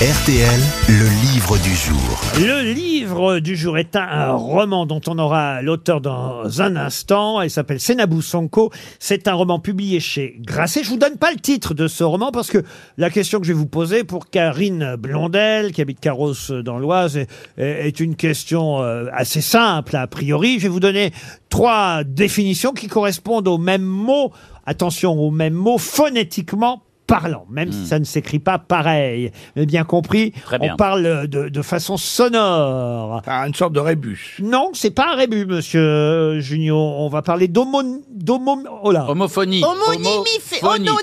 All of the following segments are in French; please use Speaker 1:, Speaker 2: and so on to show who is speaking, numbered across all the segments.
Speaker 1: RTL, le livre du jour.
Speaker 2: Le livre du jour est un, un roman dont on aura l'auteur dans un instant. Il s'appelle Senabou Sonko. C'est un roman publié chez Grasset. Je vous donne pas le titre de ce roman parce que la question que je vais vous poser pour Karine Blondel, qui habite Carros euh, dans l'Oise, est, est- est une question euh, assez simple a priori. Je vais vous donner trois définitions qui correspondent aux mêmes mots. Attention, aux mêmes mots phonétiquement parlant, même si ça ne s'écrit pas pareil. Mais bien compris,
Speaker 3: Hmm. Très
Speaker 2: on
Speaker 3: bien.
Speaker 2: parle euh, de, de façon sonore.
Speaker 4: Ah, une sorte de rébus.
Speaker 2: Non, c'est pas un rébus, monsieur euh, Junio. On va parler d'homo... d'homo- Oh là
Speaker 3: Homophonie.
Speaker 5: Homonymif- Oh
Speaker 3: Homophonie.
Speaker 5: non, non,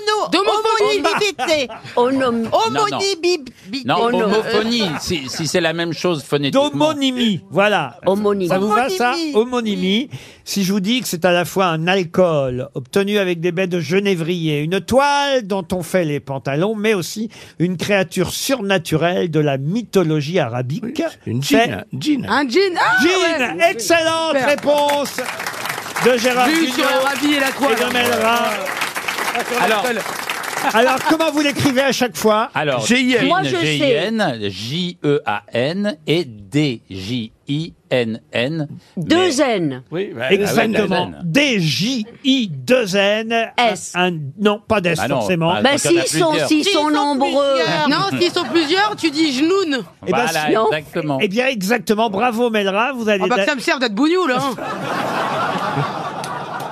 Speaker 5: homonymité. Homonymibité.
Speaker 3: Non,
Speaker 5: Homo-
Speaker 2: euh,
Speaker 3: homophonie, si, si c'est la même chose phonétiquement.
Speaker 2: D'homonymie, voilà.
Speaker 6: Homonymie.
Speaker 2: Ça vous va ça
Speaker 5: Homonymie.
Speaker 2: Homonymie. Si je vous dis que c'est à la fois un alcool obtenu avec des baies de genévrier, une toile dont on fait les pantalons, mais aussi une créature surnaturelle de la mythologie arabique.
Speaker 4: Une
Speaker 2: C'est
Speaker 4: jean. Jean.
Speaker 6: Un jean. Ah,
Speaker 2: Jean.
Speaker 6: ouais.
Speaker 2: Excellente
Speaker 6: Super.
Speaker 2: réponse de Gérard
Speaker 6: Vu sur
Speaker 2: Junior
Speaker 6: Arabi et la
Speaker 2: et
Speaker 6: toile.
Speaker 2: de Melra.
Speaker 3: Alors,
Speaker 2: Alors, comment vous l'écrivez à chaque fois
Speaker 3: alors
Speaker 4: G-I-N.
Speaker 6: Moi,
Speaker 3: Jean,
Speaker 6: je sais.
Speaker 3: G-I-N, J-E-A-N E et D-J-I-N-N.
Speaker 6: Deux N.
Speaker 4: Oui, bah,
Speaker 2: Exactement.
Speaker 3: ah ouais,
Speaker 2: D-J-I-2-N.
Speaker 6: S.
Speaker 2: Un- non, pas d'S
Speaker 3: Bah non,
Speaker 2: forcément.
Speaker 3: pas-
Speaker 6: Ben
Speaker 3: Donc, il y en a
Speaker 6: s'ils sont,
Speaker 3: plusieurs.
Speaker 6: s'ils sont nombreux.
Speaker 5: Non, s'ils sont plusieurs, tu dis genoune.
Speaker 2: Eh ben,
Speaker 3: Voilà,
Speaker 6: sinon-
Speaker 3: exactement.
Speaker 2: Eh bien, exactement. Bravo, Melra. Vous allez
Speaker 5: Ah bah que
Speaker 2: d'a-
Speaker 5: ça me sert d'être bougnoule, hein.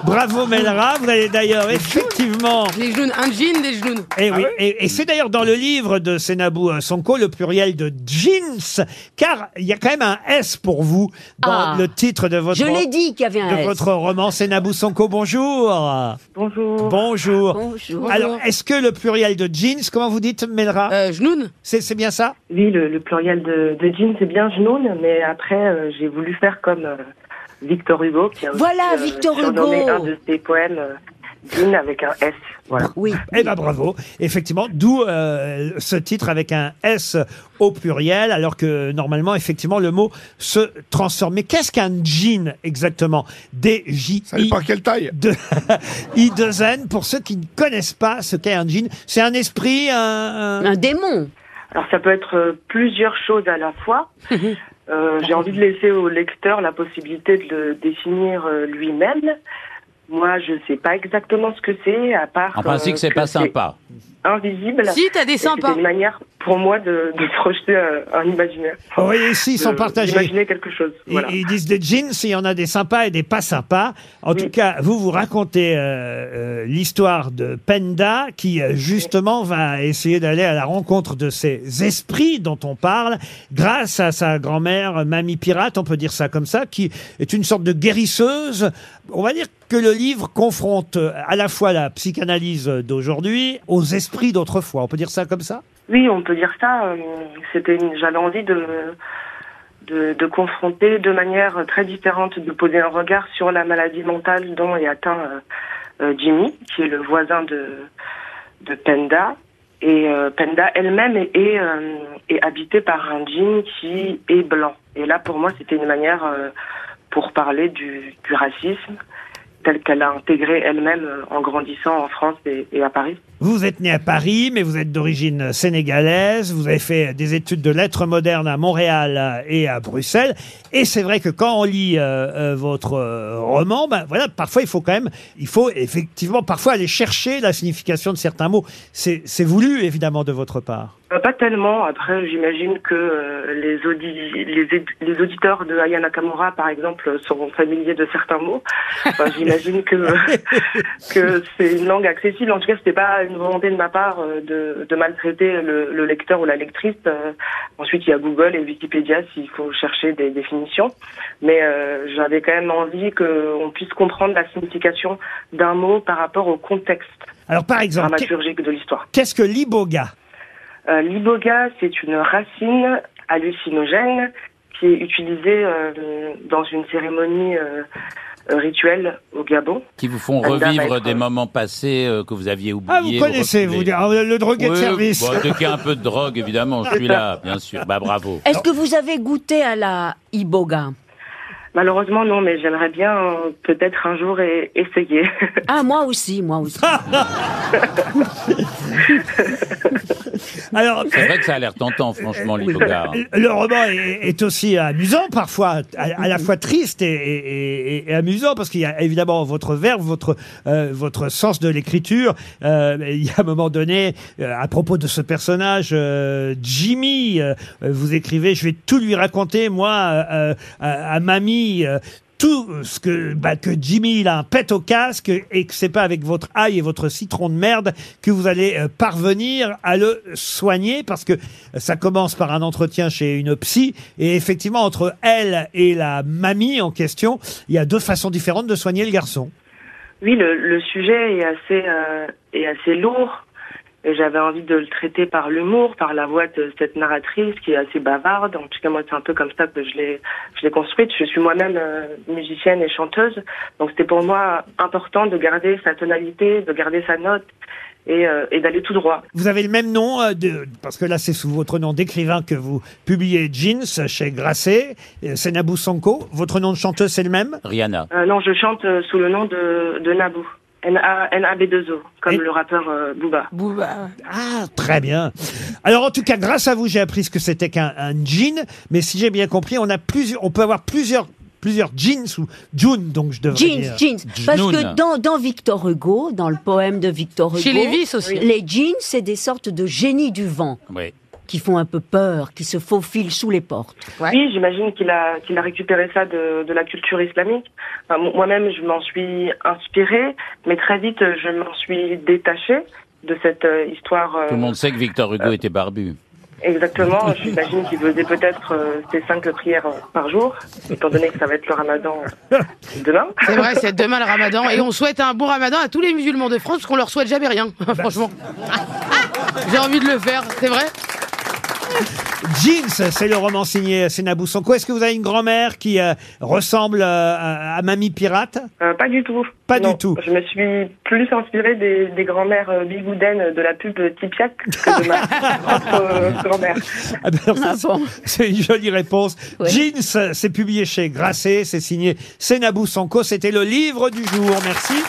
Speaker 2: Bravo, Melra. Vous allez d'ailleurs effectivement.
Speaker 5: Les genoux, un jean, des genoux.
Speaker 2: Et, oui, et, et c'est d'ailleurs dans le livre de Senabou euh, Sonko le pluriel de jeans, car il y a quand même un S pour vous dans
Speaker 6: Ah.
Speaker 2: le titre de votre
Speaker 6: Je l'ai dit qu'il y avait un
Speaker 2: de
Speaker 6: S.
Speaker 2: votre roman Senabou Sonko. Bonjour. Bonjour. Bonjour.
Speaker 6: Bonjour.
Speaker 2: Alors, est-ce que le pluriel de jeans, comment vous dites, Melra
Speaker 5: Euh, genoune.
Speaker 2: C'est c'est bien ça
Speaker 7: Oui, le, le pluriel de, de jean, c'est bien genoune, mais après, euh, j'ai voulu faire comme euh, Victor Hugo, qui a aussi,
Speaker 6: Voilà,
Speaker 7: euh,
Speaker 6: Victor
Speaker 7: surnommé
Speaker 6: Hugo.
Speaker 7: un de ses poèmes euh, jean avec un S. Voilà.
Speaker 6: Oui.
Speaker 2: Eh ben bravo, effectivement, d'où euh, ce titre avec un S au pluriel, alors que normalement, effectivement, le mot se transforme. Mais qu'est-ce qu'un jean exactement d j
Speaker 4: Ça dépend quelle taille.
Speaker 2: i 2 n pour ceux qui ne connaissent pas ce qu'est un jean. C'est un esprit, un... un-
Speaker 6: Un démon.
Speaker 7: Alors, ça peut être euh, plusieurs choses à la fois. Euh, j'ai envie de laisser au lecteur la possibilité de le définir euh, lui-même. Moi, je sais pas exactement ce que c'est, à part.
Speaker 3: En principe,
Speaker 7: euh,
Speaker 3: c'est
Speaker 7: que
Speaker 3: pas sympa.
Speaker 7: Invisible.
Speaker 5: Si, t'as des
Speaker 7: Et C'était
Speaker 5: sympas.
Speaker 7: une manière pour moi de, de projeter euh, un imaginaire.
Speaker 2: Vous voyez ici, ils sont
Speaker 7: De-
Speaker 2: partagés.
Speaker 7: d'imaginer quelque chose.
Speaker 2: Ils-
Speaker 7: Voilà.
Speaker 2: Ils disent des jeans, il y en a des sympas et des pas sympas. En tout cas, vous vous racontez euh, euh, l'histoire de Penda qui euh, justement va essayer d'aller à la rencontre de ces esprits dont on parle grâce à sa grand-mère, euh, Mamie Pirate, on peut dire ça comme ça, qui est une sorte de guérisseuse. On va dire que le livre confronte euh, à la fois la psychanalyse d'aujourd'hui aux esprits d'autrefois. On peut dire ça comme ça
Speaker 7: Oui, on peut dire ça. euh, C'était, une- j'avais envie de, de de confronter de manière très différente, de poser un regard sur la maladie mentale dont est atteint euh, euh, Jimmy, qui est le voisin de de Penda. Et euh, Penda elle-même est, est, euh, est habitée par un djinn qui est blanc. Et là, pour moi, c'était une manière euh, pour parler du, du racisme tel qu'elle a intégré elle-même euh, en grandissant en France et- et à Paris.
Speaker 2: Vous êtes né à Paris, mais vous êtes d'origine sénégalaise. Vous avez fait des études de lettres modernes à Montréal euh, et à Bruxelles. Et c'est vrai que quand on lit euh, euh, votre euh, roman, ben voilà, parfois il faut quand même, il faut effectivement parfois aller chercher la signification de certains mots. C'est c'est voulu évidemment de votre part.
Speaker 7: Euh, Pas tellement. Après, j'imagine que euh, les, audi- les, éd- les auditeurs de Aya Nakamura, par exemple, euh, seront familiers de certains mots. Enfin, j'imagine que, que c'est une langue accessible. En tout cas, c'était pas une volonté de ma part euh, de, de maltraiter le, le lecteur ou la lectrice. Euh, ensuite, il y a Google et Wikipédia s'il faut chercher des définitions. Mais euh, j'avais quand même envie qu'on puisse comprendre la signification d'un mot par rapport au contexte
Speaker 2: Alors par exemple, qu'est-
Speaker 7: dramaturgique de l'histoire.
Speaker 2: qu'est-ce que l'iboga
Speaker 7: Euh, L'iboga, c'est une racine hallucinogène qui est utilisée euh, dans une cérémonie euh, euh, rituelle au Gabon.
Speaker 3: Qui vous font
Speaker 7: Ça va
Speaker 3: revivre
Speaker 7: être-
Speaker 3: des moments passés euh, que vous aviez oubliés.
Speaker 2: Ah, vous
Speaker 3: ou
Speaker 2: connaissez, vous
Speaker 3: retrouvés.
Speaker 2: dire, ah, le drogué de
Speaker 3: Oui,
Speaker 2: service.
Speaker 3: Bon, dès qu'il y a un peu de drogue, évidemment, je suis là, bien sûr. Bah bravo.
Speaker 6: Est-ce que vous avez goûté à la iboga
Speaker 7: Malheureusement, non, mais j'aimerais bien euh, peut-être un jour e- essayer.
Speaker 6: Ah, moi aussi, moi aussi.
Speaker 2: Alors,
Speaker 3: C'est vrai que ça a l'air tentant, franchement, l'hypogar.
Speaker 2: Le- Le roman est, est aussi amusant parfois, à, à la fois triste et, et- et- et amusant, parce qu'il y a évidemment votre verbe, votre, euh, votre sens de l'écriture. Euh, il y a un moment donné, euh, à propos de ce personnage, euh, Jimmy, euh, vous écrivez, je vais tout lui raconter, moi, euh, à, à mamie. euh, tout ce que, bah, que Jimmy il a un pète au casque et que c'est pas avec votre ail et votre citron de merde que vous allez euh, parvenir à le soigner parce que ça commence par un entretien chez une psy et effectivement entre elle et la mamie en question, il y a deux façons différentes de soigner le garçon.
Speaker 7: Oui, le, le sujet est assez, euh, est assez lourd. Et j'avais envie de le traiter par l'humour, par la voix de cette narratrice qui est assez bavarde. En tout cas, moi, c'est un peu comme ça que je l'ai, je l'ai construite. Je suis moi-même euh, musicienne et chanteuse. Donc, c'était pour moi important de garder sa tonalité, de garder sa note et, euh, et d'aller tout droit.
Speaker 2: Vous avez le même nom euh, de, parce que là c'est sous votre nom d'écrivain que vous publiez Jeans chez Grasset, euh, c'est Nabou Sanko. Votre nom de chanteuse c'est le même
Speaker 3: Rihanna.
Speaker 7: Euh, non, je chante euh, sous le nom de, de Naboo. N-A-N-A-B-2-O, comme
Speaker 2: Et-
Speaker 7: le rappeur euh, Booba.
Speaker 5: Bouba.
Speaker 2: Ah, très bien. Alors, en tout cas, grâce à vous, j'ai appris ce que c'était qu'un un jean. Mais si j'ai bien compris, on a plusieurs, on peut avoir plusieurs, plusieurs jeans ou jeans, donc je devrais
Speaker 6: Jeans,
Speaker 2: dire.
Speaker 6: jeans.
Speaker 3: Jnoun.
Speaker 6: Parce que dans, dans Victor Hugo, dans le poème de Victor Hugo,
Speaker 5: Chez Lévis aussi.
Speaker 6: les jeans, c'est des sortes de génies du vent
Speaker 3: Oui.
Speaker 6: qui font un peu peur, qui se faufilent sous les portes.
Speaker 7: Oui, j'imagine qu'il a, qu'il a récupéré ça de, de la culture islamique. Enfin, mo- Moi-même, je m'en suis inspirée, mais très vite, euh, je m'en suis détachée de cette euh, histoire. euh,
Speaker 3: Tout le monde sait que Victor Hugo était barbu.
Speaker 7: Exactement. J'imagine qu'il faisait peut-être euh, ses cinq prières euh, par jour, étant donné que ça va être le ramadan euh, demain.
Speaker 5: C'est vrai, c'est demain le ramadan. Et on souhaite un bon ramadan à tous les musulmans de France, parce qu'on leur souhaite jamais rien, franchement. J'ai envie de le faire, c'est vrai
Speaker 2: Jeans, c'est le roman signé Sénabou Sonko. Est-ce que vous avez une grand-mère qui euh, ressemble euh, à, à Mamie Pirate
Speaker 7: Euh, pas du tout.
Speaker 2: Pas du
Speaker 7: Non,
Speaker 2: tout.
Speaker 7: Je me suis plus inspirée des, des grand-mères euh, bigoudaines de la pub Tipiak que de ma propre euh, grand-mère.
Speaker 2: Ah ben alors, ça, C'est une jolie réponse.
Speaker 6: Ouais.
Speaker 2: Jeans, euh, c'est publié chez Grasset, c'est signé Sénabou Sonko. C'était le livre du jour. Merci.